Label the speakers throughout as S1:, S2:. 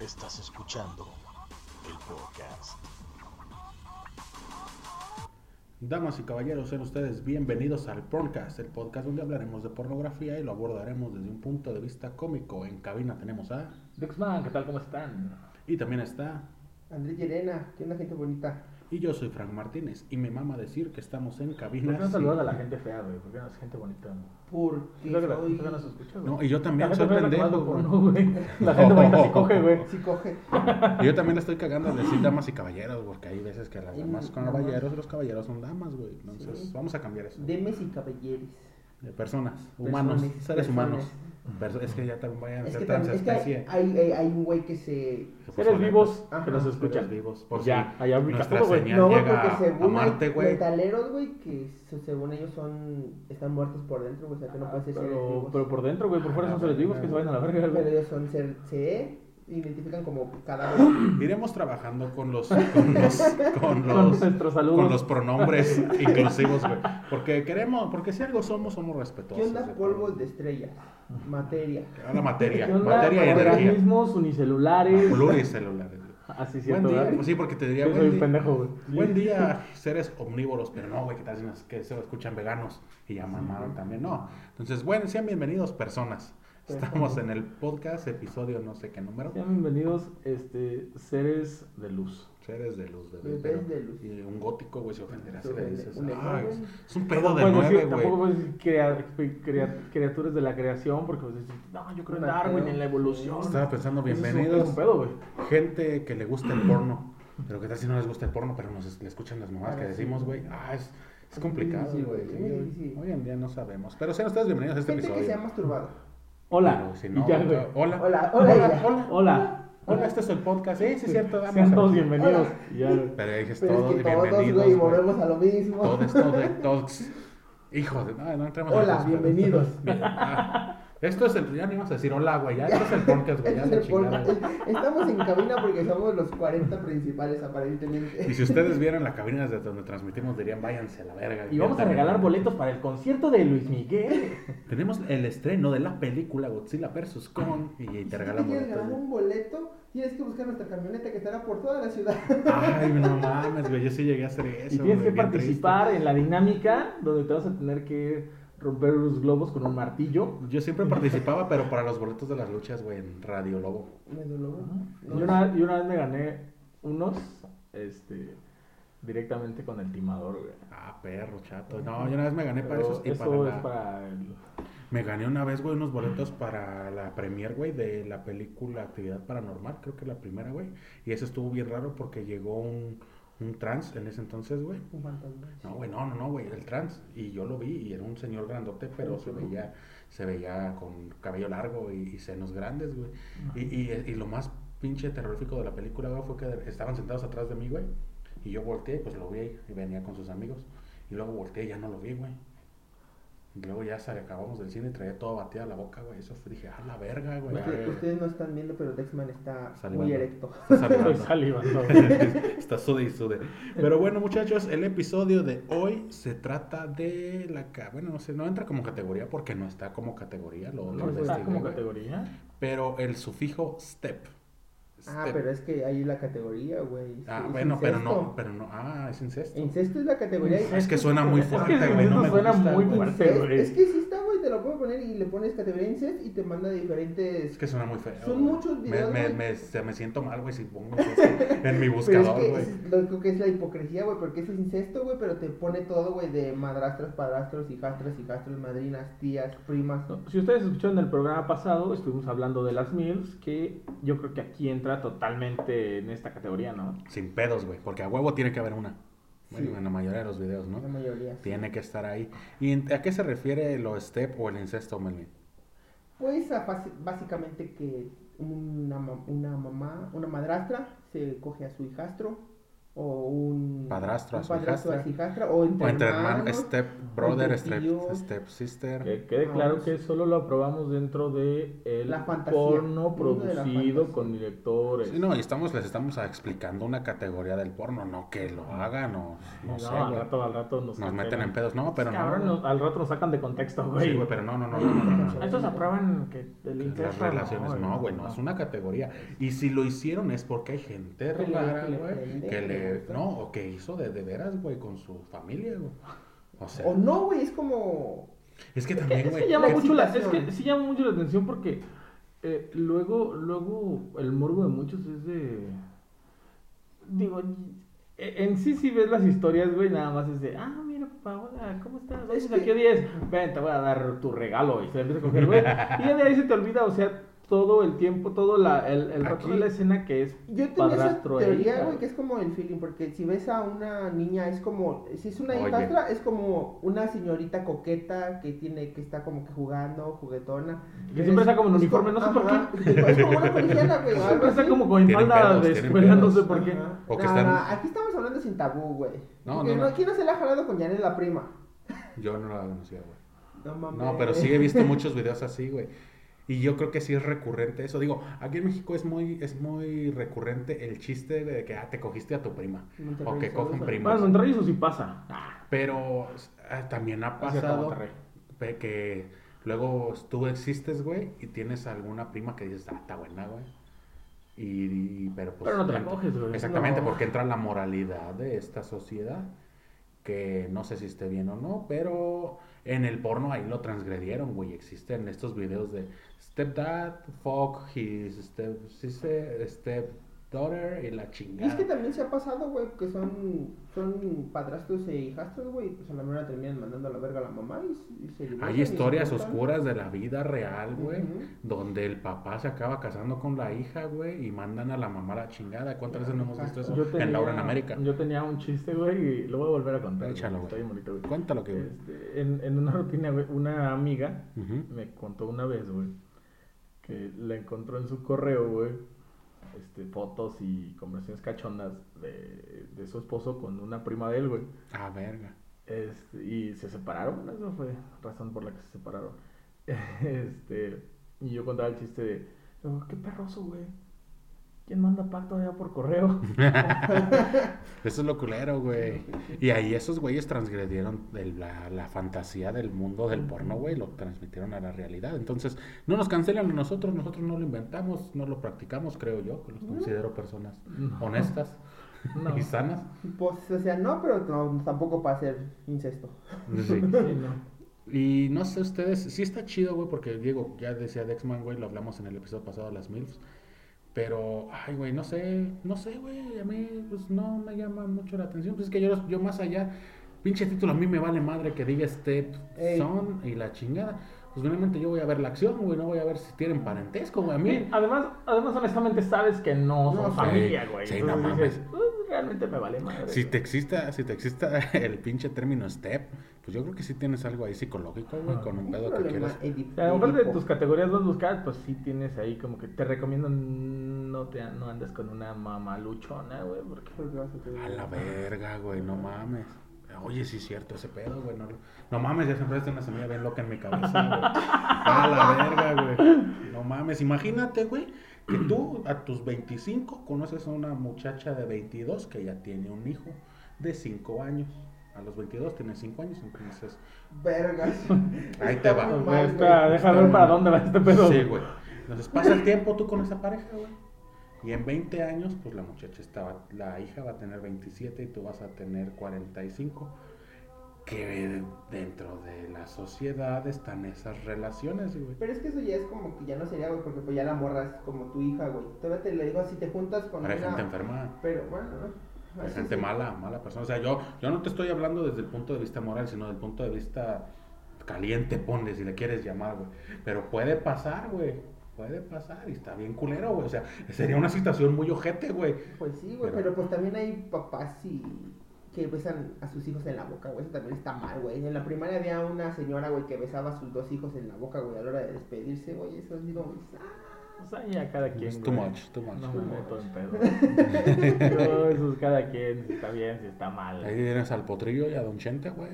S1: Estás escuchando el podcast.
S2: Damas y caballeros, sean ustedes bienvenidos al podcast, el podcast donde hablaremos de pornografía y lo abordaremos desde un punto de vista cómico. En cabina tenemos a...
S3: Duxman, ¿qué tal? ¿Cómo están?
S2: Y también está...
S4: Andrés Llerena, que es una gente bonita.
S2: Y yo soy Frank Martínez y me mama decir que estamos en
S3: ¿Por
S2: cabina...
S3: qué no
S2: sin-
S3: saludas a la gente fea, güey? ¿Por qué no es gente bonita?
S4: Porque
S3: Creo que la
S4: soy...
S3: gente no se escucha, güey.
S2: No, y yo
S3: La
S2: también
S3: gente
S2: soy
S3: fea es la que más
S2: pendejo.
S3: lo cono, güey. La gente bonita se coge, güey.
S4: Sí coge.
S2: Y yo también le estoy cagando al decir damas y caballeros, porque hay veces que las
S4: Ay,
S2: damas
S4: no,
S2: con
S4: no.
S2: caballeros y los caballeros son damas, güey. Entonces,
S4: Sí.
S2: vamos a cambiar eso.
S4: Demes y caballeros.
S2: De personas, humanos,
S4: Personas,
S2: seres
S4: personas.
S2: humanos. Perso- es que ya también vayan a
S4: Es
S2: ser
S4: que, también, es que
S2: transespecie.
S4: hay, hay, hay un güey que se...
S2: Que, pues,
S3: Seres
S2: son
S3: vivos
S2: netos.
S4: Ajá,
S3: que nos
S2: seres
S3: escuchan.
S2: vivos. Por
S3: Ya,
S2: si
S3: allá ubica
S2: nuestra
S3: todo, güey.
S2: señal
S4: No, güey,
S2: llega
S4: porque
S2: a
S4: según
S2: Marte,
S4: hay
S2: güey.
S4: metaleros, güey, que se- según ellos son... Están muertos por dentro, güey, o
S2: Ah,
S4: sea que no puede ser seres
S3: Pero,
S4: vivos. Ah,
S3: pero por dentro, güey, por fuera son seres vivos que se vayan a la verga,
S4: Pero
S3: güey.
S4: ellos son ser... Se identifican como cadáveres.
S2: Iremos trabajando con los con los con
S3: Con
S2: los,
S3: nuestros saludos.
S2: con los pronombres inclusivos, güey. Porque queremos, porque si algo somos, somos respetuosos.
S4: ¿Qué onda
S2: de
S4: polvos
S2: todo.
S4: de estrellas? Materia.
S2: Ahora materia,
S3: ¿Qué onda?
S2: materia y energía.
S3: Organismos unicelulares.
S2: Pluricelulares. güey.
S3: Así es
S2: Buen
S3: cierto,
S2: día,
S3: ¿verdad?
S2: pues sí, porque te diría
S3: Yo soy
S2: buen
S3: un
S2: día.
S3: pendejo, güey.
S2: Buen día, seres omnívoros, pero no, güey, que tal si nos- que se lo escuchan veganos y ya mamaron también, no. Entonces, bueno, sean bienvenidos personas. Estamos en el podcast, episodio no sé qué número.
S3: Sean bienvenidos, este, seres de luz.
S2: Seres Pues de luz, bebé.
S4: Bebés
S2: pero-
S4: de luz.
S2: Y un gótico, güey, se ofenderá si
S4: Se
S2: le
S4: ofende.
S2: dices,
S4: Un
S2: "Ay,
S4: enorme".
S2: es un pedo de
S3: Puedes
S2: nueve,
S3: decir- Tampoco
S2: güey.
S3: puedes decir crea- crea- criaturas de la creación porque pues, dices, no, yo creo en Darwin, en la evolución.
S2: Estaba pensando,
S3: Eso es un-
S2: bienvenidos.
S3: Es un pedo, güey.
S2: Gente que le gusta el porno. Pero que tal si no les gusta el porno, pero nos es- le escuchan las mamás
S4: Ah,
S2: que
S4: sí.
S2: decimos, güey. Ah, es, es complicado,
S4: Sí,
S2: güey.
S4: sí, sí, sí.
S2: Hoy en día no sabemos. Pero sean ustedes bienvenidos a este
S4: Gente que
S2: episodio.
S4: se ha masturbado.
S3: Hola.
S2: Pero si no,
S3: Y ya,
S2: o
S3: güey.
S2: sea, hola.
S4: Hola, hola,
S2: hola,
S4: ya.
S2: hola.
S3: Hola.
S2: Hola, este es el podcast. Sí, sí, es cierto. vamos
S3: Sean
S2: a-
S3: todos bienvenidos.
S4: Hola.
S3: Y ya, güey.
S2: Pero dices
S4: Pero
S2: todos,
S4: es que todos,
S2: bienvenidos.
S4: güey,
S2: güey.
S4: volvemos a lo mismo.
S2: Todos, todos, todos. Hijo de. No, no entremos en
S4: Hola,
S2: esos-
S4: bienvenidos.
S2: Bien, ah, esto es el. Ya no íbamos a decir hola, güey. Ya esto es el podcast, güey. Ya
S4: Este
S2: la
S4: es el
S2: chingada, güey.
S4: podcast. Estamos en cabina porque somos los 40 principales aparentemente.
S2: Y si ustedes vieran la cabina desde donde transmitimos, dirían váyanse a la verga.
S3: Y vamos a regalar boletos para el concierto de Luis Miguel.
S2: Tenemos el estreno de la película Godzilla vs. Kong y te
S4: Si
S2: regalamos boletos. ¿eh?
S4: quieres ganar
S2: güey.
S4: un boleto, tienes que buscar nuestra camioneta que estará por toda la ciudad.
S2: Ay, no mames, güey. Yo sí llegué a hacer eso. güey,
S3: Y tienes que
S2: bien triste.
S3: participar en la dinámica donde te vas a tener que romper los globos con un martillo.
S2: Yo siempre participaba, pero para los boletos de las luchas, güey, en Radio Lobo.
S4: Me doló.
S3: Yo una, yo una vez me gané unos este, directamente con el timador, güey.
S2: Ah, perro, chato. No, yo una vez me gané para
S3: Pero
S2: esos y
S3: eso
S2: para
S3: es
S2: la-
S3: para el...
S2: Me gané una vez, güey, unos boletos para la premier, güey, de la película Actividad Paranormal, creo que la primera, güey. Y eso estuvo bien raro porque llegó un, un trans en ese entonces, güey.
S4: Un fantasma.
S2: No, güey, no, no, no, güey, el trans. Y yo lo vi y era un señor grandote, pero se veía, se veía con cabello largo y, y senos grandes, güey. Y, y- y lo más pinche terrorífico de la película, güey, fue que estaban sentados atrás de mí, güey. Y yo volteé, pues lo vi y venía con sus amigos. Y luego volteé y ya no lo vi, güey. Y luego ya sal- acabamos del cine y traía todo bateado a la boca, güey. Eso fue, dije, ah, la verga, güey.
S4: Usted- ustedes no están viendo, pero Dexman está
S2: Salivando.
S4: muy erecto.
S2: Está
S3: Estoy
S2: salivando.
S3: salivando.
S2: Está sude y sude. Pero bueno, muchachos, el episodio de hoy se trata de la. ca- Bueno, no sé, no entra como categoría porque no está como categoría. Lo, lo
S3: ¿No está
S2: investigué,
S3: como
S2: güey.
S3: categoría?
S2: Pero el sufijo step.
S4: Ah,
S2: Step.
S4: pero es que ahí la categoría, güey. es-
S2: Este Ah,
S4: es
S2: bueno, pero no,
S4: incesto. Eh,
S2: pero no. Ah, es incesto.
S4: Incesto es la categoría. y-
S2: Es que suena muy
S3: Es que
S2: fuerte,
S3: el
S2: güey. No
S3: incesto
S2: me
S3: suena
S2: gusta,
S3: muy
S2: güey.
S3: fuerte.
S4: Es,
S3: güey.
S4: es que si está, güey, te lo puedo poner y le pones categoría incest y te manda diferentes.
S2: Es que suena muy feo.
S4: Son
S2: güey.
S4: muchos
S2: Me-
S4: videos,
S2: Me,
S4: güey.
S2: me, se- me siento mal, güey, si pongo incesto en mi
S4: Pero es
S2: buscador,
S4: que
S2: Pues güey.
S4: es, lo creo que es la hipocresía, güey, porque eso es incesto, güey, pero te pone todo, güey, de madrastras, padrastros, hijastras, hijastros, madrinas, tías, primas.
S3: No, Si ustedes escucharon el programa pasado, estuvimos hablando de las MILFs, que yo creo que aquí entra totalmente en esta categoría, ¿no?
S2: Sin pedos, güey. Porque a huevo tiene que haber una. Bueno,
S4: Sí.
S2: en la mayoría de los videos, ¿no?
S4: La mayoría. sí.
S2: Tiene que estar ahí. ¿Y en- a qué se refiere lo step o el incesto, Melvin?
S4: Pues a basi- básicamente que una, ma- una mamá, una madrastra se coge a su hijastro o un
S2: Padrastro a
S4: un
S2: su
S4: padrastro a
S2: hijastra.
S4: su hijastra, o entre,
S2: O entre este,
S4: hermanos,
S2: hermanos, step brother,
S4: entre
S2: step,
S4: tíos.
S2: step sister.
S3: Que quede
S4: Ah,
S3: claro
S4: pues.
S3: que solo lo aprobamos dentro de el
S4: La fantasía,
S3: porno
S4: mundo de la
S3: producido
S4: fantasía.
S3: con directores.
S2: Sí, no, y estamos, les estamos explicando una categoría del porno, no que lo hagan o no,
S3: No,
S2: sé,
S3: al
S2: güey.
S3: rato, al rato
S2: Nos
S3: nos,
S2: meten
S3: cancelan.
S2: en pedos, no, pero
S3: Cabrón,
S2: no.
S3: nos- al rato nos sacan de contexto, güey.
S2: Sí, güey, pero no, no, no, no, no, no, no.
S4: Ah,
S3: Estos aprueban que el
S2: Las
S3: incesto,
S2: relaciones, no, güey, no, es una categoría. Y si lo hicieron es porque hay gente
S4: Que le-
S2: rara,
S4: que le
S2: güey,
S4: prende,
S2: que
S4: que le
S2: le,
S4: gusta.
S2: no, o que hizo de, de veras, güey, con su familia, güey. O sea,
S4: O no, güey, es como.
S2: es que
S3: Es
S2: también,
S3: que
S2: güey,
S3: llama
S4: La
S3: mucho la, es
S4: excitación.
S3: que sí llama mucho la atención porque eh, luego, luego el morbo de muchos es de. Digo, e- en sí si ves las historias, güey, nada más es de, ah, mira, Paola, ¿cómo estás?
S4: Es
S3: Oye,
S4: que-
S3: aquí a 10, ven, te voy a dar tu regalo y se empieza a coger, güey. Y ya de ahí se te olvida, o sea, todo el tiempo, todo la, el, el rato
S2: Aquí-
S3: de la escena que es
S4: Yo tenía
S3: Padrastro e
S4: esa teoría,
S3: hija.
S4: güey, que es como el feeling, porque si ves a una niña, es como. Si es una
S2: Oye.
S4: hijastra, es como una señorita coqueta que tiene que está como que jugando, juguetona.
S3: que siempre está como en uniforme, no sé por qué.
S4: Ajá, Es como una colegiala, güey. o algo
S3: Siempre está
S4: así.
S3: como con
S2: Tienen
S3: falda
S2: pedos,
S3: de
S2: tienen
S3: escuela, no
S2: pedos.
S3: sé por qué.
S4: Ajá.
S2: O que
S4: No,
S2: están-
S4: no, aquí estamos hablando sin tabú, güey.
S2: No,
S4: Porque
S2: no, no.
S4: ¿Quién no se la ha jalado con Janet la prima?
S2: yo no la conocía, güey.
S4: No mames.
S2: No, pero sí he visto muchos videos así, güey. Y yo creo que sí es recurrente eso. Digo, aquí en México es muy, es muy recurrente el chiste güey, de que ah, te cogiste a tu prima.
S4: Monterrey,
S2: O que
S4: saludos
S2: cogen
S4: a-
S2: primos.
S3: Bueno, en Monterrey eso sí pasa. Ah,
S2: Pero ah, también ha
S3: es cierto,
S2: pasado
S3: Monterrey.
S2: pe- que luego tú existes, güey, y tienes alguna prima que dices, ah, está buena, güey. Y, y- pero pues.
S3: Pero no te la
S2: ent-
S3: coges, güey.
S2: Exactamente,
S4: No.
S2: porque entra la moralidad de esta sociedad, que no sé si esté bien o no, pero en el porno ahí lo transgredieron, güey. Existen estos videos de stepdad, fuck his step sister, stepdaughter y la
S4: Y es
S2: chingada.
S4: que también se ha pasado, güey, que son, son padrastros e hijastros, güey, pues a la mera terminan mandando a la verga a la mamá y, s- y se divorcian y
S2: Hay
S4: se
S2: historias
S4: juntan.
S2: oscuras de la vida real, güey,
S4: Ujú.
S2: donde el papá se acaba casando con la hija, güey, y mandan a la mamá a la chingada. ¿Cuántas veces no hemos visto eso
S3: Yo tenía-
S2: en Laura en América?
S3: Yo tenía un chiste, güey, y lo voy a volver a contar.
S2: Échalo, güey.
S3: Está bien bonito, güey.
S2: Cuéntalo que, güey.
S3: Este, en, en una rutina, güey, una amiga
S2: Ujú.
S3: me contó una vez, güey, que la encontró en su correo, güey, este, fotos y conversaciones cachondas de, de su esposo con una prima de él, güey.
S2: Ah, verga.
S3: Este, y se separaron, bueno, esa fue razón por la que se separaron. Este, y yo contaba el chiste de, "Oh, qué perroso, güey. ¿Quién manda pacto allá por correo?
S2: Eso es lo culero, güey. Y ahí esos güeyes transgredieron el- la, la fantasía del mundo del porno, güey, lo transmitieron a la realidad. Entonces, no nos cancelan a nosotros, nosotros no lo inventamos, no lo practicamos, creo yo, que los considero personas
S3: No.
S2: honestas
S3: No.
S2: y sanas.
S4: Pues, o sea, no, pero no, tampoco para hacer incesto.
S2: Sí.
S3: Sí, no.
S2: Y no sé ustedes, sí está chido, güey, porque Diego, ya decía Dexman, güey, lo hablamos en el episodio pasado de las MILFs. Pero, ay, güey, no sé, no sé, güey, a mí pues no me llama mucho la atención. Pues es que yo, yo más allá, pinche título, a mí me vale madre que diga Step
S4: Ey.
S2: Son y la chingada. Pues realmente yo voy a ver la acción, güey, no voy a ver si tienen parentesco, güey. A mí,
S3: Bien, además, además, honestamente, sabes que no son
S4: No, sí.
S3: familia, güey.
S2: Sí,
S3: Entonces
S2: no
S3: dices,
S2: mames.
S3: "Pues, realmente me vale madre.
S2: si te exista, si te exista el pinche término Step, pues yo creo que sí tienes algo ahí psicológico, güey, con un
S4: Un
S2: pedo que
S4: problema
S2: quieres.
S4: edip-
S3: O sea, a lo mejor de
S4: edipo.
S3: tus categorías más buscadas, pues sí tienes ahí como que te recomiendo no te no andes con una mamaluchona, güey, porque pues,
S4: Porque vas a tener-
S2: A la verga, güey, no mames. Oye, sí es cierto ese pedo, güey. No, no mames, ya sembraste una semilla bien loca en mi cabeza, güey. A la verga, güey. No mames, imagínate, güey, que tú a tus 25 conoces a una muchacha de 22 que ya tiene un hijo de 5 años. A los 22 tiene 5 años, entonces...
S4: Vergas.
S2: Ahí
S4: Está
S2: te va. Pues,
S4: muy mal,
S3: Esta,
S4: güey.
S3: deja ver para dónde va este pedo.
S2: Sí, güey. Entonces pasa el tiempo tú con esa pareja, güey. Y en 20 años, pues la muchacha estaba, la hija va a tener 27 y tú vas a tener 45. Que dentro de la sociedad están esas relaciones, güey.
S4: Pero es que eso ya es como que ya no sería, güey, porque pues ya la morra es como tu hija, güey. Todavía te le digo, si te juntas con
S2: Para
S4: una...
S2: gente enferma,
S4: Pero bueno, ¿no?
S2: para
S4: Así
S2: gente
S4: Ah, sí.
S2: mala, mala persona. O sea, yo, yo no te estoy hablando desde el punto de vista moral, sino del punto de vista caliente, ponle, si le quieres llamar, güey. Pero puede pasar, güey. Puede pasar y está bien culero, güey. O sea, sería una situación muy ojete, güey.
S4: Pues sí, güey,
S2: Pero-
S4: pero pues también hay papás y que besan a sus hijos en la boca, güey. Eso también está mal, güey. En la primaria había una señora, güey, que besaba a sus dos hijos en la boca, güey, a la hora de despedirse, güey. Eso digo, ah,
S3: O sea, ya cada quien.
S2: It's Pues, too
S3: güey.
S2: much, too much.
S3: No
S2: too
S3: me
S2: much.
S3: meto en pedo. Yo, eso es cada quien, si está bien, si está mal.
S2: Ahí tienes al potrillo y a Don Chente, güey.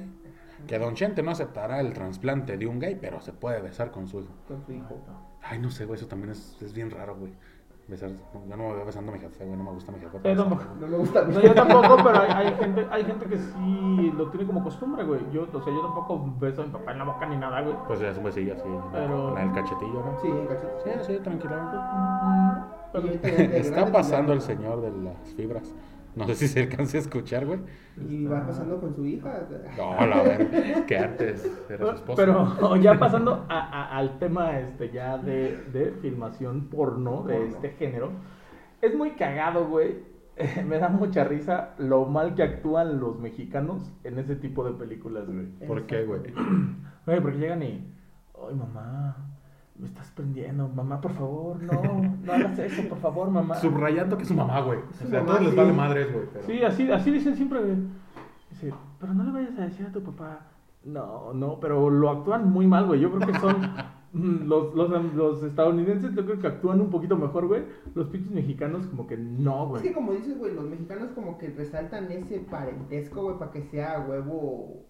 S2: Que Don Chente no aceptará el trasplante de un gay, pero se puede besar con su hijo.
S4: con su hijo.
S2: Ay, no sé, güey, eso también es, es bien raro, güey. Besar, yo no me veo besando a mi jefe, güey, no me gusta mi jefe.
S3: Yo tampoco.
S4: No me gusta.
S3: No, yo tampoco, pero hay, hay gente, hay gente que sí lo tiene como costumbre, güey. Yo, o sea, yo tampoco beso a mi papá en la boca ni nada, güey.
S2: Pues ya es un besillo así, ¿no?
S3: Pero-
S2: con el cachetillo, ¿no?
S4: Sí, cachito.
S2: Sí, sí, tranquilo.
S4: Y
S3: Pero-
S4: ahorita ya de
S2: Está
S4: grande,
S2: pasando el
S4: pues, ya-
S2: señor de las fibras. No sé si se alcance a escuchar, güey.
S4: Y va pasando con su hija.
S2: No, la verdad, que antes era su esposa.
S3: Pero ya pasando a- a- al tema este ya de, de filmación porno de
S4: Porno.
S3: este género, es muy cagado, güey. Me da mucha risa lo mal que actúan los mexicanos en ese tipo de películas, güey.
S2: ¿Por qué, güey?
S3: Güey, porque llegan y, ay mamá, me estás prendiendo, mamá, por favor, no, no hagas eso, por favor, mamá.
S2: Subrayando que es su mamá, güey.
S4: Su
S2: O sea, a
S4: mamá,
S2: todos les
S4: sí.
S2: vale madres, güey. pero-
S3: Sí, así, así dicen siempre, güey. Dice, pero no le vayas a decir a tu papá. No, no, pero lo actúan muy mal, güey. Yo creo que son. mm, Los, los, los estadounidenses yo creo que actúan un poquito mejor, güey. Los pinches mexicanos como que no,
S4: Es que
S3: güey.
S4: como dices, güey, los mexicanos como que resaltan ese parentesco, güey, para que sea a huevo.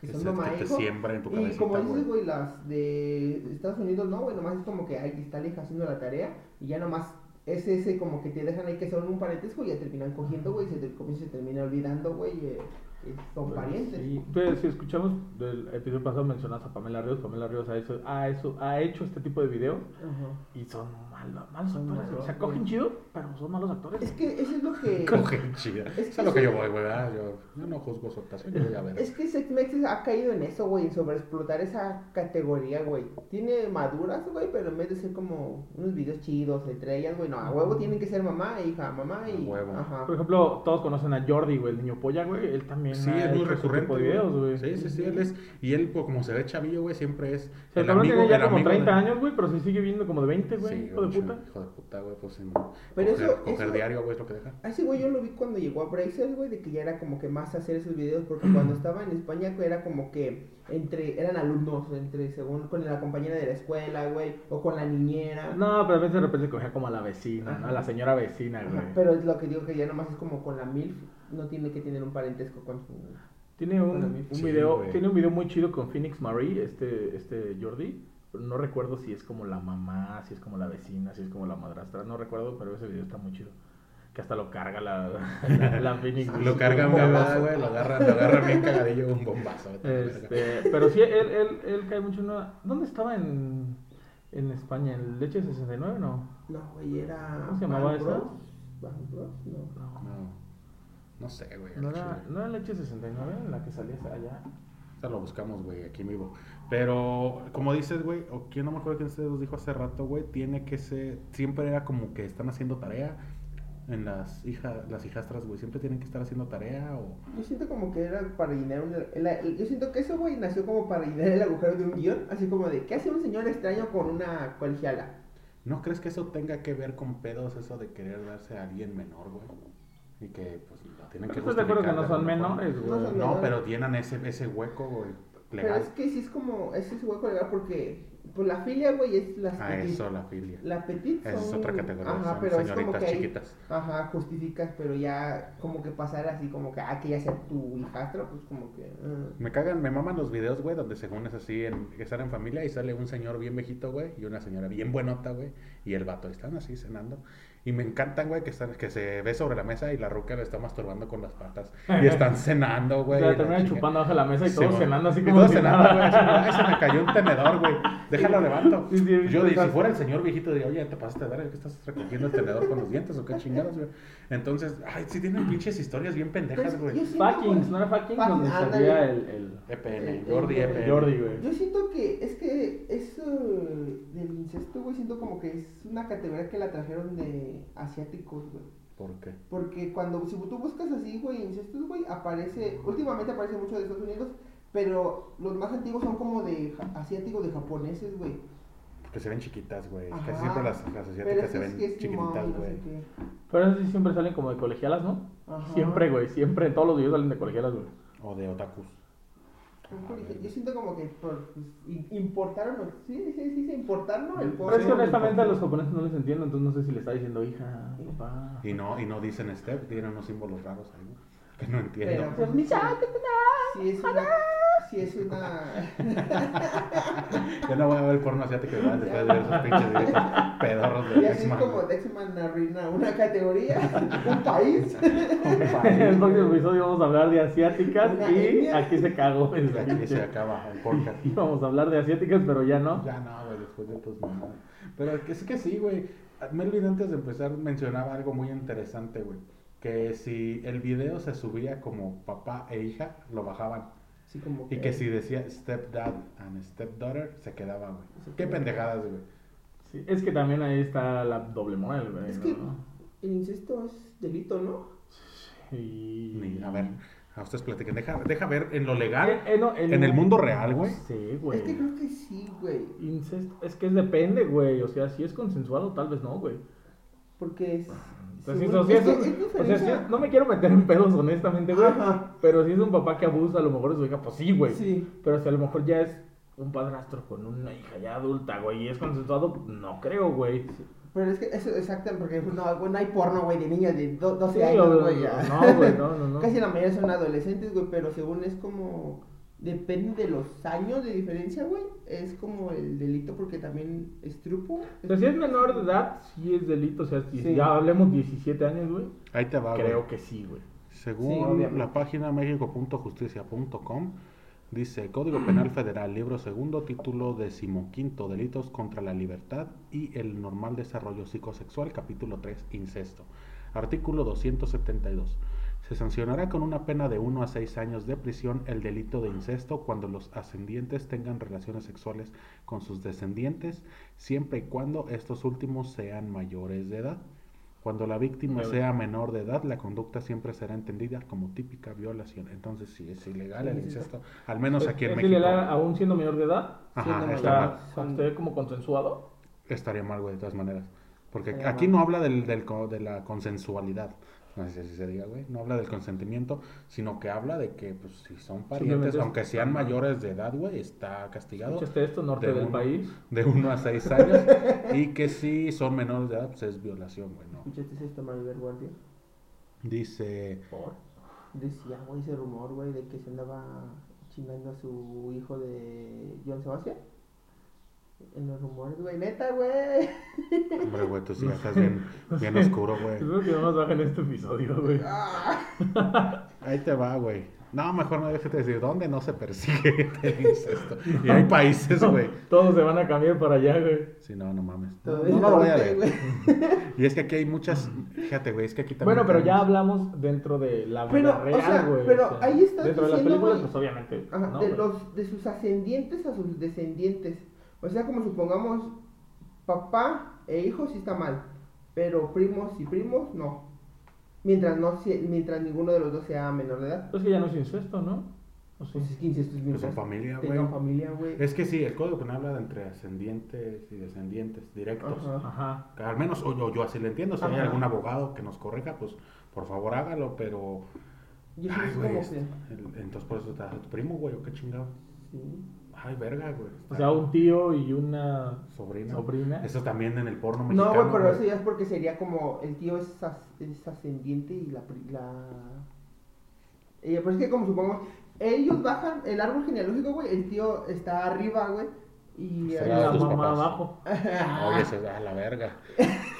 S4: Que
S2: Que
S4: son
S2: se- que te
S4: mamá e hijo.
S2: siembra en tu
S4: Y
S2: cabecita,
S4: como dices,
S2: güey.
S4: güey, las de Estados Unidos, no, güey, nomás es como que ahí está la hija haciendo la tarea y ya nomás es ese como que te dejan ahí que son un parentesco y ya terminan cogiendo, güey, se, te- como se termina olvidando, güey, eh, eh, son parientes.
S3: Pues Sí. Entonces, si escuchamos del episodio pasado, mencionas a Pamela Ríos. Pamela Ríos ha hecho, ha, eso, ha hecho este tipo de videos
S4: Ajá.
S3: y son malos, malos
S4: Son
S3: actores.
S4: malos,
S3: o sea,
S4: güey.
S3: cogen chido, pero son malos
S4: Es
S3: actores.
S4: que eso es lo que...
S2: Coge chida.
S4: que
S2: Eso es lo que
S4: eso-
S2: yo voy, güey. ¿verdad? Yo, yo no juzgo su actuación, yo ya veré.
S4: Es que Sex Mex ha caído en eso, güey, en sobreexplotar esa categoría, güey. Tiene maduras, güey, pero en vez de ser como unos videos chidos entre ellas, güey, no, a huevo tienen que ser mamá e hija, mamá y...
S2: A huevo.
S4: Ajá.
S3: Ah, Por ejemplo, todos conocen a Jordi, güey, el niño polla, güey. Él también
S2: Sí,
S3: ha
S2: es muy
S3: hecho ese
S2: recurrente.
S3: tipo de videos, güey.
S2: Sí, sí, sí. Él es, y él, pues, como se ve chavillo, güey, siempre es.
S3: O sea, el cabrón tiene ya como
S2: amigo de-
S3: 30 años, güey, pero se sigue viendo como de 20, güey,
S2: Sí,
S3: hijo de
S2: mucho,
S3: puta.
S2: Hijo de puta, güey. Pues en,
S4: Pero
S2: coger,
S4: eso-
S2: coger
S4: eso-
S2: diario, güey, es lo que deja.
S4: A ese Ah, güey yo lo vi cuando llegó a Brazers, güey, de que ya era como que más hacer esos videos, porque cuando estaba en España, güey, era como que entre, eran alumnos, entre, según, con la compañera de la escuela, güey, o con la niñera.
S3: No, pero a veces de repente se cogía como a la vecina, ¿no? A la señora vecina,
S4: Ajá,
S3: güey.
S4: pero es lo que digo que ya nomás es como con la MILF, no tiene que tener un parentesco con su...
S3: Tiene un, un
S2: Sí,
S3: video,
S2: güey.
S3: tiene un video muy chido con Phoenix Marie, este, este Jordi. Pero no recuerdo si es como la mamá, si es como la vecina, si es como la madrastra, no recuerdo, pero ese video está muy chido. Que hasta lo carga la, la, la Phoenix.
S2: Lo carga
S4: un
S2: un
S4: bombazo.
S2: güey. Lo agarra, lo agarra bien cagadillo, un bombazo. vete a la verga.
S3: Este, pero sí, él, él, él cae mucho en una... ¿Dónde estaba en, en España? ¿En Leche 69 no?
S4: No, güey, era...
S3: ¿Cómo se llamaba
S4: Bang
S3: esa?
S4: Bros, Bang Bros, no.
S3: No.
S2: No, no sé, güey.
S3: ¿No
S2: al
S3: era,
S2: chile.
S3: ¿No era leche 69 en la que salías allá?
S2: Ahorita lo buscamos, güey, aquí en vivo. Pero, como dices, güey, o quién no me acuerdo quién se los dijo hace rato, güey, tiene que ser. Siempre era como que están haciendo tarea en las hijas, las hijastras, güey. Siempre tienen que estar haciendo tarea o.
S4: Yo siento como que era para llenar un... la- yo siento que ese güey nació como para llenar el agujero de un guión, así como de, ¿qué hace un señor extraño con una colegiala?
S2: ¿No crees que eso tenga que ver con pedos, eso de querer darse a alguien menor, güey? Y que, pues, lo tienen que
S3: ¿Estás de acuerdo que
S2: justificar
S3: no
S2: de
S3: son
S2: alguna forma?
S3: menores, güey?
S4: No son
S2: No,
S4: menores.
S2: pero llenan ese, ese hueco, güey,
S4: Pero
S2: legal.
S4: es que sí es como, ese es hueco legal porque, pues la filia, güey, es las
S2: A Ah, eso, la filia.
S4: La petit
S2: Esa es
S4: son-
S2: otra categoría, son señoritas
S4: ahí-
S2: chiquitas.
S4: ajá, justificas, pero ya como que pasar así como que, ah, que ya sea tu hijastro, pues como que... ah.
S2: Me cagan, me maman los videos, güey, donde según es así, en, que están en familia y sale un señor bien viejito, güey, y una señora bien buenota, güey, y el vato están así cenando. Y me encantan, güey, que, están, que se ve sobre la mesa y la ruca le está masturbando con las patas. Y están cenando,
S3: O
S2: güey. y
S3: sea,
S2: la
S3: terminan
S2: chinga-
S3: chupando abajo de la mesa y
S2: Sí,
S3: todos
S2: güey.
S3: cenando así
S2: Y
S3: como
S2: todos
S3: si
S2: cenando,
S3: nada.
S2: güey, así como, "Ay, se me cayó un tenedor, güey. Déjalo, levanto.
S3: Sí, sí, he visto
S2: Yo dije,
S3: esas-
S2: si fuera el señor viejito, diría, oye, te pasaste de verga, ¿qué estás recogiendo el tenedor con los dientes o qué chingados, güey? Entonces, ay, sí tienen pinches historias bien pendejas,
S4: Entonces, Pues, yo
S2: güey.
S4: siento,
S3: Fuckings,
S4: güey,
S3: ¿no era fuckings?
S4: Fuckings,
S3: Donde
S4: ándale.
S3: salía el, el,
S2: EPN, Jordi, E
S4: El
S2: EPN.
S3: el Jordi, güey.
S4: Yo siento que es que eso del incesto, güey, siento como que es una categoría que la trajeron de asiáticos, güey.
S2: ¿Por qué?
S4: Porque cuando si tú buscas así, güey, incestos, güey, aparece, últimamente aparece mucho de Estados Unidos, pero los más antiguos son como de ja- asiáticos, de japoneses, güey.
S2: Porque se ven chiquitas, güey.
S4: Ajá.
S2: Casi siempre las, las
S4: Pero
S2: asiáticas
S4: es
S2: se
S4: que
S2: ven
S4: es que es Timón y
S2: chiquititas,
S4: no
S2: güey.
S4: sé qué.
S3: Pero esas sí siempre salen como de colegialas, ¿no?
S4: Ajá.
S3: Siempre, güey, siempre. Todos los videos salen de colegialas, güey.
S2: O de otakus.
S4: Yo siento como que por- pues, i- importaron, sí, sí, sí, sí, importaron el
S3: Pero es que
S4: pobre.
S3: honestamente a los japoneses no les entiendo, entonces no sé si le está diciendo hija, papá.
S2: Y no, y no dicen step, tienen unos símbolos raros ahí, güey, que no entiendo.
S4: Pero pues, sí es una, sí es una,
S2: Yo no voy a ver porno asiático igual después de ver esos pinches videos pedorros de
S4: y así es
S2: X-Man,
S4: como
S2: güey.
S4: Dexman arruina una categoría, un país.
S3: En el próximo episodio vamos a hablar de asiáticas
S4: Una
S3: y
S4: etnia.
S3: aquí se cagó el
S2: Aquí se
S3: sándwich.
S2: acaba el podcast.
S3: Y Vamos a hablar de asiáticas, pero ya no.
S2: Ya no, güey, después de tus mamadas. Pero es que- es que sí, güey. Melvin antes de empezar mencionaba algo muy interesante, güey. Que si el video se subía como papá e hija, lo bajaban.
S4: Sí, como
S2: Y que si decía stepdad and stepdaughter, se quedaba, güey.
S4: Sí.
S2: Qué pendejadas, güey.
S3: Sí, es que también ahí está la doble moral, güey.
S4: Es
S3: ¿no?
S4: que el incesto es delito, ¿no?
S3: Y-
S2: Ni- A ver, a ustedes platiquen. Deja, deja ver en lo legal,
S3: Eh, eh, no,
S2: en el mundo real, güey.
S3: Sí, güey.
S4: Es que creo que sí, güey,
S3: Incesto. Es que depende, güey. O sea, si es consensuado, tal vez no, güey.
S4: porque es...
S3: O sea, si-
S4: según-
S3: o sea,
S4: es que
S3: si-
S4: es
S3: o sea, si-
S4: diferencia-
S3: no me quiero meter en pedos, honestamente, güey.
S4: Ajá.
S3: Pero si es un papá que abusa, a lo mejor es su hija, pues sí, güey.
S4: Sí.
S3: Pero si a lo mejor ya es un padrastro con una hija ya adulta, güey, y es consensuado, no creo, güey.
S4: Pero es que eso exacto, porque pues, no, güey, no hay porno, güey, de niñas de do- 12
S3: Sí,
S4: años,
S3: o-
S4: güey. ya.
S3: no, güey, no, no, no.
S4: Casi la mayoría son adolescentes, güey, pero según es como. Depende de los años de diferencia, güey. Es como el delito, porque también es trupo.
S3: O sea, si Pues es menor de edad, sí es delito. O sea, si
S4: Sí.
S3: ya hablemos 17 años, güey,
S2: Ahí te va, Ah, güey.
S3: creo que sí, güey.
S4: Sí,
S2: Según
S4: obviamente.
S2: la página mexico.justicia.com, dice Código Penal Federal, libro segundo, título decimoquinto, delitos contra la libertad y el normal desarrollo psicosexual, capítulo 3, incesto. Artículo 272. Se sancionará con una pena de 1 a 6 años de prisión el delito de incesto cuando los ascendientes tengan relaciones sexuales con sus descendientes, siempre y cuando estos últimos sean mayores de edad. Cuando la víctima
S3: Nueve.
S2: sea menor de edad, la conducta siempre será entendida como típica violación. Entonces, sí, es ilegal el
S4: Sí, sí, sí.
S2: incesto, al menos aquí en
S3: es
S2: México.
S3: ilegal aún siendo mayor de edad.
S2: Ajá,
S3: siendo mayor
S2: está
S3: de
S2: mal.
S3: edad, o sea, usted como consensuado.
S2: Estaría mal, güey, de todas maneras. Porque
S4: Estaría
S2: aquí
S4: mal.
S2: no habla del, del co- de la consensualidad. No sé si así se diga, güey. No habla del consentimiento, sino que habla de que, pues, si son parientes,
S3: Simplemente es-
S2: aunque sean mayores de edad, güey, está castigado
S3: Escuchaste esto, norte
S2: de
S3: del
S2: un-
S3: país.
S2: de 1 a 6 años. y que si son menores de edad, pues es violación, güey, ¿no?
S4: Escuchaste esto, Maribel Guardia.
S2: Dice.
S3: Por-
S4: Decía, güey, ese rumor, güey, de que se andaba chingando a su hijo de John Sebastián. En los rumores, güey, neta, güey.
S2: Hombre, güey, tú sí ya estás bien, bien oscuro, güey.
S3: Yo creo que no nos bajen este episodio, güey.
S2: Ah, Ahí te va, güey. No, mejor no déjate decir dónde no se persigue el incesto. Y hay países, güey.
S3: Todos se van a cambiar para allá, güey.
S2: Si no, no mames. No,
S4: Todavía
S2: no lo voy a
S4: golpe,
S2: ver.
S4: güey.
S2: Y es que aquí hay muchas. Fíjate, güey, es que aquí también.
S3: Bueno, pero ya
S2: tenemos-
S3: hablamos dentro de la vida
S4: Pero, o
S3: real,
S4: sea,
S3: güey.
S4: pero ahí estás
S3: Dentro de las
S4: diciendo,
S3: películas,
S4: güey,
S3: pues obviamente.
S4: Ajá,
S3: no,
S4: de,
S3: güey.
S4: los, de sus ascendientes a sus descendientes. O sea, como supongamos, papá e hijo sí está mal, pero primos y primos no. Mientras, no, se- mientras ninguno de los dos sea menor de edad.
S3: Es que ya no es incesto, ¿no? O sí.
S4: Pues es 15, esto es mientras
S2: familia, güey.
S4: tengan familia, güey.
S2: Es que sí, el código penal habla de entre ascendientes y descendientes directos.
S4: Ajá.
S3: Ajá.
S2: Al menos o yo, yo así lo entiendo. Si hay
S4: Ajá.
S2: algún abogado que nos corrija, pues por favor hágalo, pero.
S4: Yo
S2: Ay,
S4: siento
S2: güey.
S4: como
S2: es-
S4: que-
S2: el- Entonces por eso te das a tu primo, güey, o qué chingado.
S4: sí.
S2: Ay, verga, güey.
S3: O sea, un tío y una
S2: Sobrina.
S3: sobrina.
S2: Eso también en el porno mexicano.
S4: No, güey, pero
S2: güey.
S4: eso ya es porque sería como el tío es, as- es ascendiente y la... pri- la... Eh, pues es que como supongamos, ellos bajan el árbol genealógico, güey, el tío está arriba, güey, y...
S3: Y
S2: Será
S3: la
S2: de tus
S3: mamá
S2: papás.
S3: abajo.
S2: Oye, se a la verga.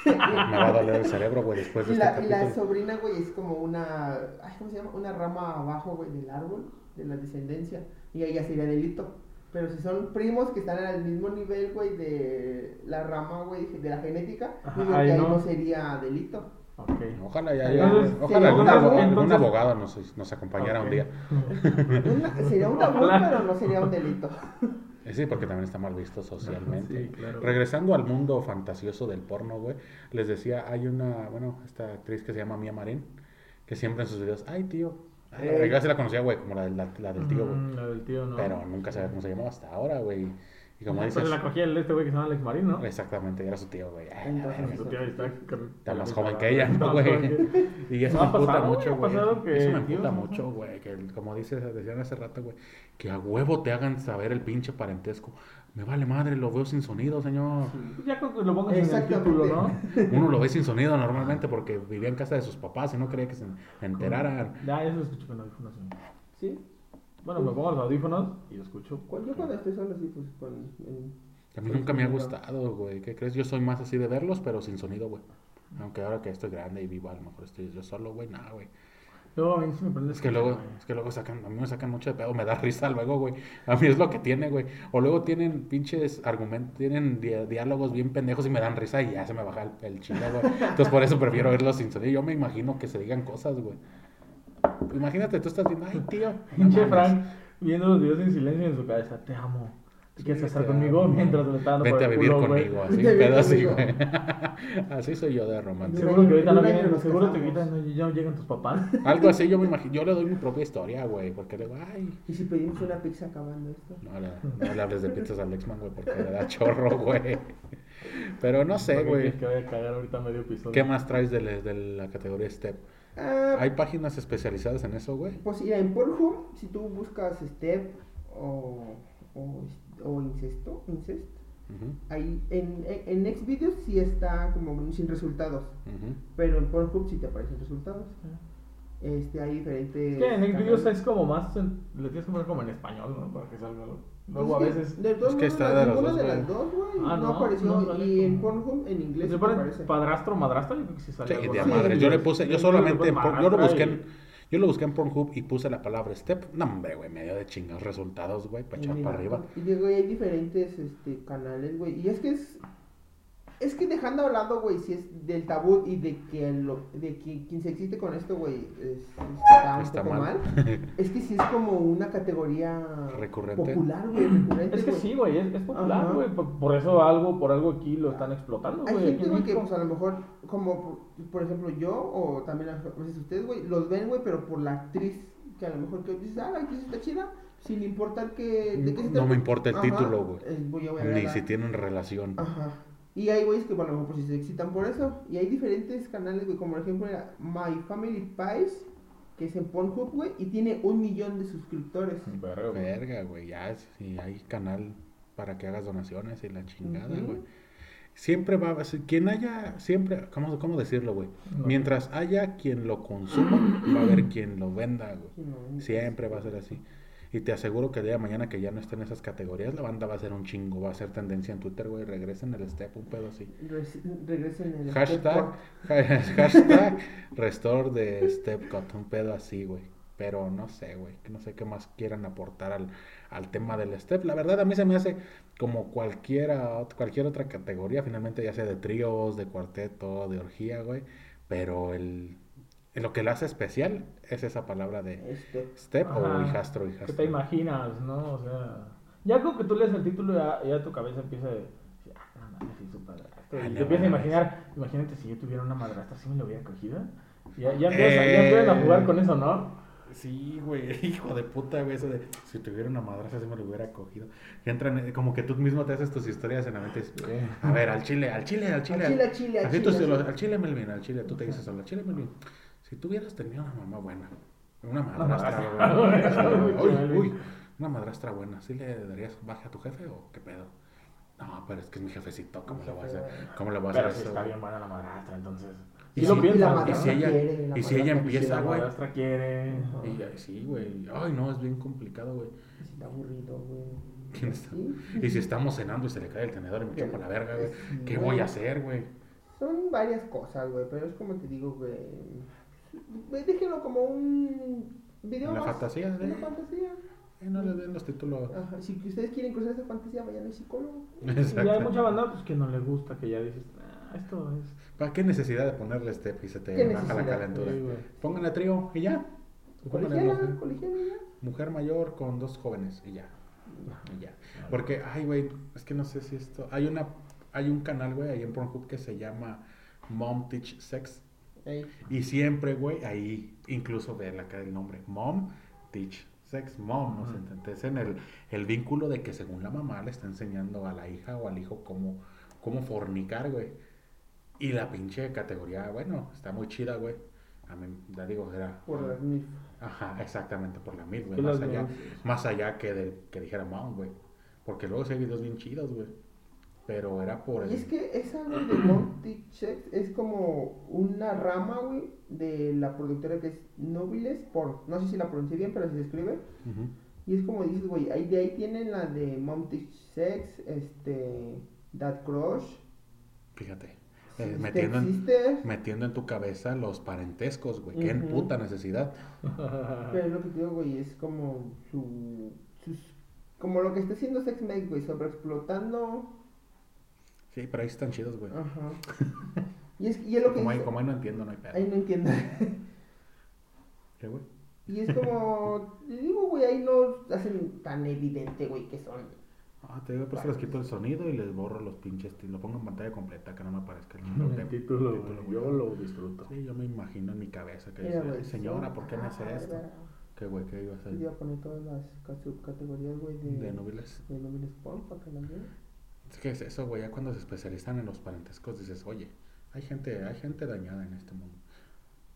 S2: Me va a doler el cerebro, güey, después de
S4: Y
S2: este
S4: la, y la
S2: capítulo.
S4: sobrina, güey, es como una. ay, ¿Cómo se llama? Una rama abajo, güey, del árbol, de la descendencia. Y ella sería delito. Pero si son primos que están al mismo nivel, güey, de la rama, güey, de la genética,
S3: Ajá,
S4: digo que
S3: ahí
S4: ahí
S3: no.
S4: no. sería delito.
S3: Ok.
S2: Ojalá ya,
S3: Entonces,
S2: ya- ojalá
S4: sí,
S2: algún,
S4: entonces-
S2: abo- algún
S3: entonces-
S2: abogado nos, nos acompañara
S3: Ok.
S2: un día.
S4: Una- sería un tabú,
S3: Ojalá.
S4: pero no sería un delito.
S2: Eh, Sí, porque también está mal visto socialmente.
S3: Sí, claro.
S2: Regresando al mundo fantasioso del porno, güey, les decía, hay una, bueno, esta actriz que se llama Mia Marín, que siempre en sus videos, ay, tío. Ay, la
S4: Ey.
S2: verga, se la conocía, güey, como la, del- la- la del tío, güey.
S3: Mm, La del tío, Mm, no.
S2: Pero nunca sabía cómo se llamaba hasta ahora, güey. Y como dices.
S3: Pero la cogía el este güey que se llama Alex Marín, ¿no?
S2: Exactamente, era su tío, güey. Ay,
S4: Entonces,
S2: verga.
S3: Su tía está car-
S2: Está más
S3: car-
S2: joven que ella, ¿no,
S3: más
S2: güey?
S3: joven que-
S2: Y eso
S3: No ha
S2: me emputa
S3: pasado, güey,
S2: mucho,
S3: ha
S2: güey.
S3: pasado que-
S2: Eso me
S3: Dios,
S2: emputa
S3: no,
S2: mucho, güey. Que el- como dices, decían hace rato, güey, que a huevo te hagan saber el pinche parentesco. Me vale madre, lo veo sin sonido, señor.
S3: Ya con que lo pongas en el
S4: Exactamente.
S3: título, ¿no?
S2: Uno lo ve sin sonido normalmente
S3: Ah.
S2: porque vivía en casa de sus papás y no quería que se enteraran.
S3: Ya, eso lo escucho con audífonos. sí.
S4: ¿Sí?
S3: Bueno, me pongo los audífonos y lo escucho.
S4: Cuando- Yo cuando estoy solo, sí, pues con. en-
S2: A mí nunca me ha gustado, güey. ¿Qué crees? Yo soy más así de verlos, pero sin sonido, güey. Aunque ahora que estoy grande y vivo, a lo mejor estoy yo solo, güey. Nada, güey.
S3: Luego a mí sí me prende.
S2: Es que luego, es que luego sacan, a mí me sacan mucho de pedo, me da risa luego, güey. A mí es lo que tiene, güey. O luego tienen pinches argumentos, tienen di- diálogos bien pendejos y me dan risa y ya se me baja el, el chile, güey. Entonces por eso prefiero verlos sin sonido. Yo me imagino que se digan cosas, güey. Imagínate, tú estás viendo, ay, tío. no
S3: Pinche
S2: mames".
S3: Frank viendo los videos en silencio en su cabeza. Te amo. ¿Te quieres
S2: Sí,
S3: casar
S2: te
S3: conmigo?
S2: amo.
S3: Mientras me está dando por
S2: Vete a
S3: el
S2: vivir
S3: culo, güey.
S2: conmigo, así,
S4: Vete a vivir
S2: pedo así, güey.
S4: conmigo.
S2: así soy yo de romance.
S3: Seguro que ahorita no
S4: En un año
S3: vienen,
S4: nos
S3: seguro te
S4: casamos.
S3: quitan, no, ya no llegan tus papás.
S2: Algo así yo me imagino, yo le doy mi propia historia, güey, porque le digo, ay,
S4: ¿Y si pedimos una pizza acabando esto?
S2: No le, no le hables de pizzas al Lexman, güey, porque le da chorro, güey. Pero no sé,
S3: Porque
S2: güey.
S3: crees que voy a cagar ahorita medio episodio.
S2: ¿Qué más traes de, la- de la categoría Step?
S4: Ah,
S2: ¿Hay páginas especializadas en eso, güey?
S4: Pues mira, en Pornhub, si tú buscas step o, o, o incesto, incest,
S2: Ujú,
S4: ahí en, en, en Xvideos sí está como sin resultados,
S2: ujú.
S4: pero en Pornhub sí te aparecen resultados. Este, hay diferentes...
S3: Es que en Xvideos
S4: canales.
S3: es como más, en- le tienes que poner como en español, ¿no? Para que salga algo. Luego a
S4: Pues que
S3: veces...
S4: De todos
S2: es que
S4: modos,
S2: está
S4: la-
S2: de los
S4: ninguna
S2: dos,
S4: de
S2: güey.
S4: las dos, güey.
S3: Ah,
S4: no, Pues
S3: no,
S4: apareció.
S3: no sale
S4: y en
S3: como-
S4: Pornhub, en inglés,
S3: ¿Le
S4: sí
S3: ponen
S4: aparece.
S3: padrastro, madrastra? Yo creo que sí sale.
S2: Sí,
S3: algo
S2: de
S3: así.
S2: madre. Yo le puse, yo solamente, en Por- yo lo busqué en,
S3: Y-
S2: yo lo busqué en Pornhub y puse la palabra Step. No, hombre, güey, medio de chingados resultados, güey, para echar
S4: Mira,
S2: para arriba.
S4: Y digo, y hay diferentes este, canales, güey. Y es que es. Es que dejando a lado, güey, si es del tabú y de que, lo, de que quien se existe con esto, güey, es- está un
S2: Está
S4: poco
S2: mal.
S4: mal. Es que sí es como una categoría
S2: Recurrente.
S4: popular, güey, recurrente.
S3: Es que
S4: güey.
S3: sí, güey, es, es popular,
S4: Ajá.
S3: güey. Por, por eso algo, por algo aquí lo están explotando,
S4: Hay
S3: güey. aquí
S4: gente,
S3: en
S4: güey, que
S3: México.
S4: pues a lo mejor, como por, por ejemplo yo, o también a veces ustedes, güey, los ven, güey, pero por la actriz, que a lo mejor que dices, ah, la actriz está chida, sin importar que... ¿de qué se
S2: No
S4: trata.
S2: me importa el
S4: Ajá,
S2: título, güey.
S4: eh, voy a ver
S2: Ni
S4: la-
S2: si tienen relación.
S4: Ajá. Y hay güeyes que, bueno, a lo mejor pues, sí se excitan por eso. Y hay diferentes canales, güey, como por ejemplo era My Family Pies, que es en Pornhub, güey, y tiene un millón de suscriptores.
S3: Verga, güey.
S2: Verga, güey, ya es- y hay canal para que hagas donaciones y la chingada,
S4: Ujú.
S2: güey. Siempre va a ser- quien haya, siempre, ¿cómo, cómo decirlo, güey?
S3: No.
S2: Mientras haya quien lo consuma, va a haber quien lo venda,
S4: Sí,
S2: güey.
S4: no,
S2: Siempre va a ser así. Y te aseguro que el día de mañana que ya no estén esas categorías, la banda va a ser un chingo, va a ser tendencia en Twitter, güey. Regresen el step, un pedo así.
S4: Re- regresen en el este
S2: Hashtag, hashtag restore de Stepcot, un pedo así, güey. Pero no sé, güey, que no sé qué más quieran aportar al, al tema del step. La verdad, a mí se me hace como cualquiera, ot- cualquier otra categoría, finalmente ya sea de tríos, de cuarteto, de orgía, güey. Pero el, lo que lo hace especial es esa palabra de
S4: Este,
S2: step o
S3: Ajá.
S2: hijastro,
S3: ¿Qué
S2: hijastro.
S3: te imaginas, no? O sea, ya con que tú lees el título, ya, ya tu cabeza empieza a decir, ah, no mames, sí, su padrastro.
S2: Ah,
S3: Y
S2: no
S3: te empiezas a
S2: mames.
S3: imaginar, imagínate si yo tuviera una madrastra, ¿sí me la hubiera cogido? Ya, ya, empiezas,
S2: Eh.
S3: ya empiezas a jugar con eso, ¿no?
S2: Sí, güey, hijo de puta, güey, eso de si tuviera una madraza se me lo hubiera cogido. Que entran, eh, como que tú mismo te haces tus historias en la mente. y dices, A ver, al chile, al chile, al chile.
S4: Al chile, al chile, al
S2: Así tú
S4: chile,
S2: se
S4: al
S2: lo-
S4: chile.
S2: al chile, Melvin, al chile, tú te dices solo, al chile, Melvin. Si tuvieras tenido una mamá buena, una madrastra,
S3: madrastra.
S2: buena, una madrastra buena, uy,
S3: Melvin.
S2: uy, una madrastra buena, ¿sí le darías baje a tu jefe o qué pedo? No, pero es que es mi jefecito, ¿cómo le voy a hacer? ¿Cómo le voy a hacer
S3: Pero si
S2: eso,
S3: está
S2: güey?
S3: bien buena la madrastra, entonces.
S2: Y
S3: Sí
S2: si-
S3: lo
S4: y la
S3: piensas,
S2: Y
S4: madrastra
S2: si ella,
S4: quiere, la
S2: y si ella
S4: madrastra
S2: empieza,
S3: La
S2: güey.
S3: madrastra quiere.
S4: Ajá.
S2: Y ya, sí, güey. Ay, no, es bien complicado, güey.
S4: Está aburrido, güey.
S2: ¿Quién está?
S4: Sí.
S2: Y si estamos cenando y se le cae el tenedor y me chupa la verga, güey.
S4: Sí,
S2: ¿Qué
S4: güey.
S2: voy a hacer, güey?
S4: Son varias cosas, güey, pero es como te digo, güey. güey, Déjenlo como un video
S2: Una
S4: más.
S2: fantasía, ¿eh?
S4: Una fantasía.
S2: Eh, no le den los títulos.
S4: Ajá, Si ustedes quieren cruzar esa fantasía, vayan al psicólogo.
S3: Y hay mucha
S2: Exacto.
S3: banda pues, que no le gusta, que ya dices, "Ah, esto es.
S2: ¿Para qué necesidad de ponerle step y se te
S4: ¿Qué
S2: baja la
S4: necesidad?
S2: calentura?
S3: Sí, güey.
S2: Pónganle trío y ya. Pónganle
S4: Colegiala,
S2: mujer-
S4: colegiala ya.
S2: ¿eh? mujer mayor con dos jóvenes y ya. Y ya. Porque, ay, güey, es que no sé si esto. Hay una, hay un canal, güey, ahí en Pornhub que se llama Mom Teach Sex.
S4: Ey,
S2: Y siempre, güey, ahí incluso ve la cara del nombre. Mom Teach sex mom, o sea, entonces en el, el vínculo de que según la mamá le está enseñando a la hija o al hijo cómo, cómo fornicar, güey. Y la pinche categoría, bueno, está muy chida, güey. A mí, ya digo, era...
S4: Por las MILF.
S2: Ajá, exactamente, por la mil, güey.
S3: Por
S2: Más
S3: las
S2: allá,
S3: mil.
S2: más allá que, del que dijera mom, güey. Porque luego sí hay videos bien chidos, güey. Pero era por el...
S4: Y es que esa güey, de Monty Checks es como una rama, güey, de la productora que es Nobiles Porn. No sé si la pronuncié bien, pero si se escribe.
S2: Ujú.
S4: Y es como dices, güey, ahí de ahí tienen la de Mom Teach Sex, este, That Crush, Este,
S2: Fíjate. eh,
S4: Sister
S2: metiendo, en,
S4: Sister,
S2: metiendo en tu cabeza los parentescos, güey. Qué
S4: Ujú.
S2: puta necesidad.
S4: pero es lo que te digo, güey, es como su, sus- como lo que está haciendo Sex Make, güey, sobreexplotando,
S2: Sí, pero ahí están chidos, güey.
S4: ajá. Y es, y es lo que
S2: Como ahí,
S4: dices-
S2: como ahí no entiendo, no hay pedo.
S4: ahí no entiendo.
S2: ¿Qué, güey?
S4: y es como, te digo, güey, ahí no hacen tan evidente, güey, que son.
S2: Ah, te digo, por eso les quito el sonido y les borro los pinches. Lo pongo en pantalla completa que no me aparezca el
S3: En
S2: chingado
S3: el título,
S2: título,
S3: güey,
S2: güey.
S3: yo lo disfruto.
S2: Sí, yo me imagino en mi cabeza que
S4: Mira,
S2: dice,
S4: güey,
S2: señora,
S4: son-
S2: ¿por qué me
S4: Ah,
S2: hace esto?
S4: verga.
S2: Qué güey, qué iba a hacer
S4: Yo iba a poner todas las subcategorías, güey, de,
S2: de novelas.
S4: de Nobiles Porn para que las vean.
S2: Es que es eso, güey, ya cuando se especializan en los parentescos dices, oye, hay gente, hay gente dañada en este mundo.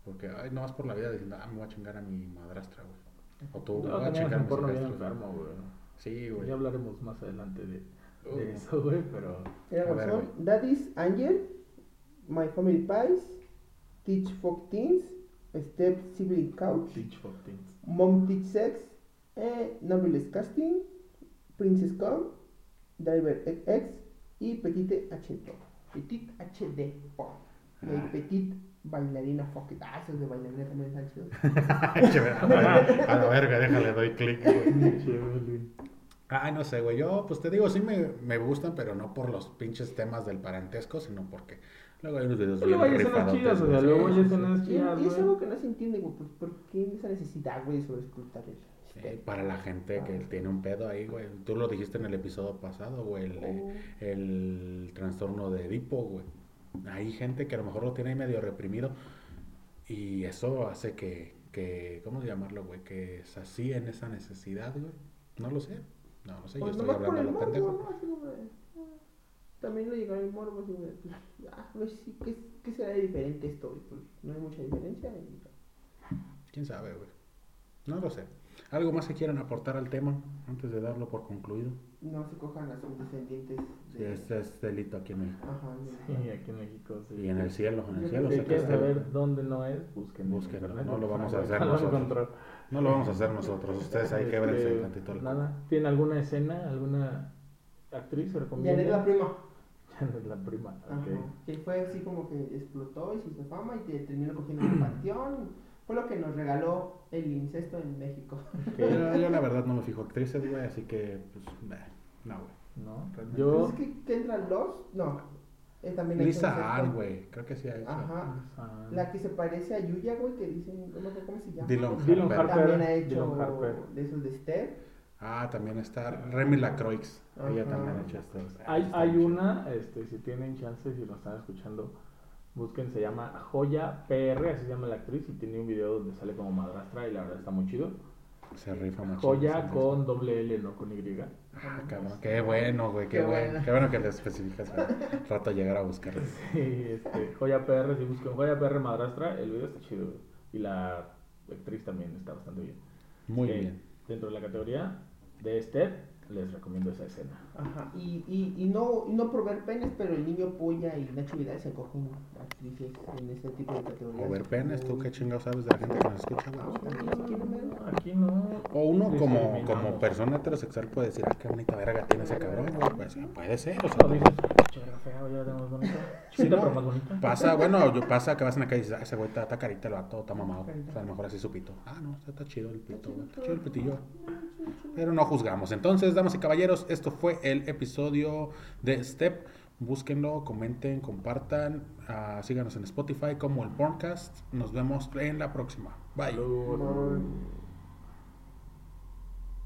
S2: Porque, ay, no vas por la vida diciendo, ah, me voy a chingar a mi madrastra, güey. O tú, ah, me
S3: No,
S2: voy a
S3: tenemos
S2: chingar a
S3: un
S2: mi
S3: porno bien
S2: hijastra, güey.
S3: enfermo, güey.
S2: Sí, güey. Uh.
S3: Ya hablaremos más adelante de, de
S2: Uy, no.
S3: eso, güey, pero...
S4: Era
S2: A ver,
S4: razón. Daddy's Angel, My Family Pies, Teach Folk Teens, Step Sibling Couch,
S3: Teach for teens.
S4: Mom Teach Sex, eh, Nobles Casting, Princess Com, Driver X y Petite HD. Petite HD. porn. Y hay
S2: Ah.
S4: Petite Bailarina Fuck It. Ah, esos de bailarina también están chidos.
S2: Che, me- a la- a la verga, déjale, doy clic, güey.
S3: Chévere.
S2: Ah, no sé, güey. Yo, pues te digo, sí me, me gustan, pero no por los pinches temas del parentesco, sino porque luego hay unos videos
S3: Luego hay
S2: bien
S3: escenas
S2: rifadotes,
S3: chidas, o
S2: güey.
S3: sea,
S2: Sí,
S3: luego hay
S2: sí, sí.
S3: escenas
S4: Y,
S3: chidas,
S4: y es
S3: güey.
S4: algo que no se entiende, güey. ¿Por, por qué esa necesidad, güey, sobre escrutar el- este.
S2: Sí, para la gente que tiene un pedo ahí, güey. Tú lo dijiste en el episodio pasado, güey. El,
S3: Oh.
S2: de- el trastorno de Edipo, güey. Hay gente que a lo mejor lo tiene ahí medio reprimido. Y eso hace que, que ¿cómo llamarlo, güey? Que es así en esa necesidad, güey. No lo sé. No lo sé. Yo
S4: Pues
S2: estoy
S4: nomás por
S2: hablando a
S4: el
S2: lo
S4: morbo,
S2: pendejo.
S4: ¿no? Así como de, ah, También le llegaron el morbo, así como de, pues, ah, a ver si, ¿qué, qué será de diferente esto? güey? Pues no hay mucha diferencia. y-
S2: ¿Quién sabe, güey? No lo sé. ¿Algo más que quieran aportar al tema antes de darlo por concluido?
S4: No se cojan a sus descendientes
S2: Sí,
S4: de...
S2: este es delito aquí en México.
S4: Ajá, de-
S3: Sí, aquí en México, sí.
S2: Y en el cielo, en el
S4: Yo
S2: cielo.
S3: Si
S2: sé que
S3: quieres
S2: está-
S3: saber dónde no es, busquen. en
S2: Búsquenlo,
S3: internet,
S2: no lo vamos a hacer
S3: van
S2: nosotros.
S3: encontrar.
S2: No lo vamos a hacer nosotros. Ustedes ahí
S3: Este,
S2: quebrense el tantito. el-
S3: Nada. ¿Tiene alguna escena, alguna actriz se
S4: Ya
S3: recomienda?
S4: era la prima.
S3: Janet la prima.
S4: Ajá.
S3: ok.
S4: Que fue así como que explotó y se hizo fama y te terminó cogiendo en el panteón. Fue lo que nos regaló el incesto en México.
S2: Yo, yo la verdad no me fijo actrices, güey, así que, pues, nah, no, güey.
S3: ¿No?
S2: Realmente.
S3: Yo.
S4: Entonces, ¿qué, qué entran los? No. eh, también hay incesto.
S2: Lisa Ann, güey, creo que sí ha hecho.
S4: Ajá.
S3: ah,
S4: La que se parece a Yuya, güey, que dicen, no me acuerdo cómo se llama.
S2: Dylan
S3: Dylan
S2: Harper.
S3: Harper.
S4: También ha hecho
S3: Dylan Harper.
S4: de esos de Steph.
S2: Ah, también está Remy Lacroix. Ella
S4: Ajá.
S2: también ha hecho esto.
S3: Hay, hay una, este, si tienen chance, si lo están escuchando, busquen, se llama Joya PR, así se llama la actriz, y tiene un video donde sale como madrastra y la verdad está muy chido.
S2: Se rifa mucho.
S3: Joya con doble L, no con Y.
S2: Ah, cabrón, qué bueno, güey, qué,
S4: Qué
S2: bueno.
S4: bueno.
S2: Qué bueno que le especificas para rato llegar a buscarlo.
S3: Sí, este, Joya PR, si buscan Joya PR madrastra, el video está chido. güey. Y la actriz también está bastante bien.
S2: Muy
S3: Eh,
S2: bien.
S3: Dentro de la categoría de Step, les recomiendo esa escena.
S4: Ajá. Y, y, y no, y no por ver penes, pero el niño Puya y Nacho Vidal se cogen actrices en este tipo de categorías.
S2: O ver penes, tú qué chingados sabes de la gente que nos escucha,
S4: Ah,
S2: güey.
S4: bueno, ¿quién- quién me lo-
S3: Aquí no.
S2: O uno como,
S3: discriminamos.
S2: como persona heterosexual puede decir, ah, qué bonita verga tiene ese cabrón, güey. Pues, puede ser, o sea,
S3: No dices, "Chinga, fea, ya la más bonita.
S2: Sí,
S3: Chiquita,
S2: no.
S3: pero más bonita.
S2: Pasa, bueno, yo- pasa que vas en la calle y dices, ah, ese güey está, está carita el vato, está mamado. O sea, a lo mejor así su pito. Ah, no, está, está chido el pito, güey. Está chido Ah, el pitillo. Pero no juzgamos. Entonces, damas y caballeros, esto fue el episodio de Step. Búsquenlo, comenten, compartan. ah, síganos en Spotify como el Porncast. Nos vemos en la próxima. Bye.
S3: Salud.
S4: Bye.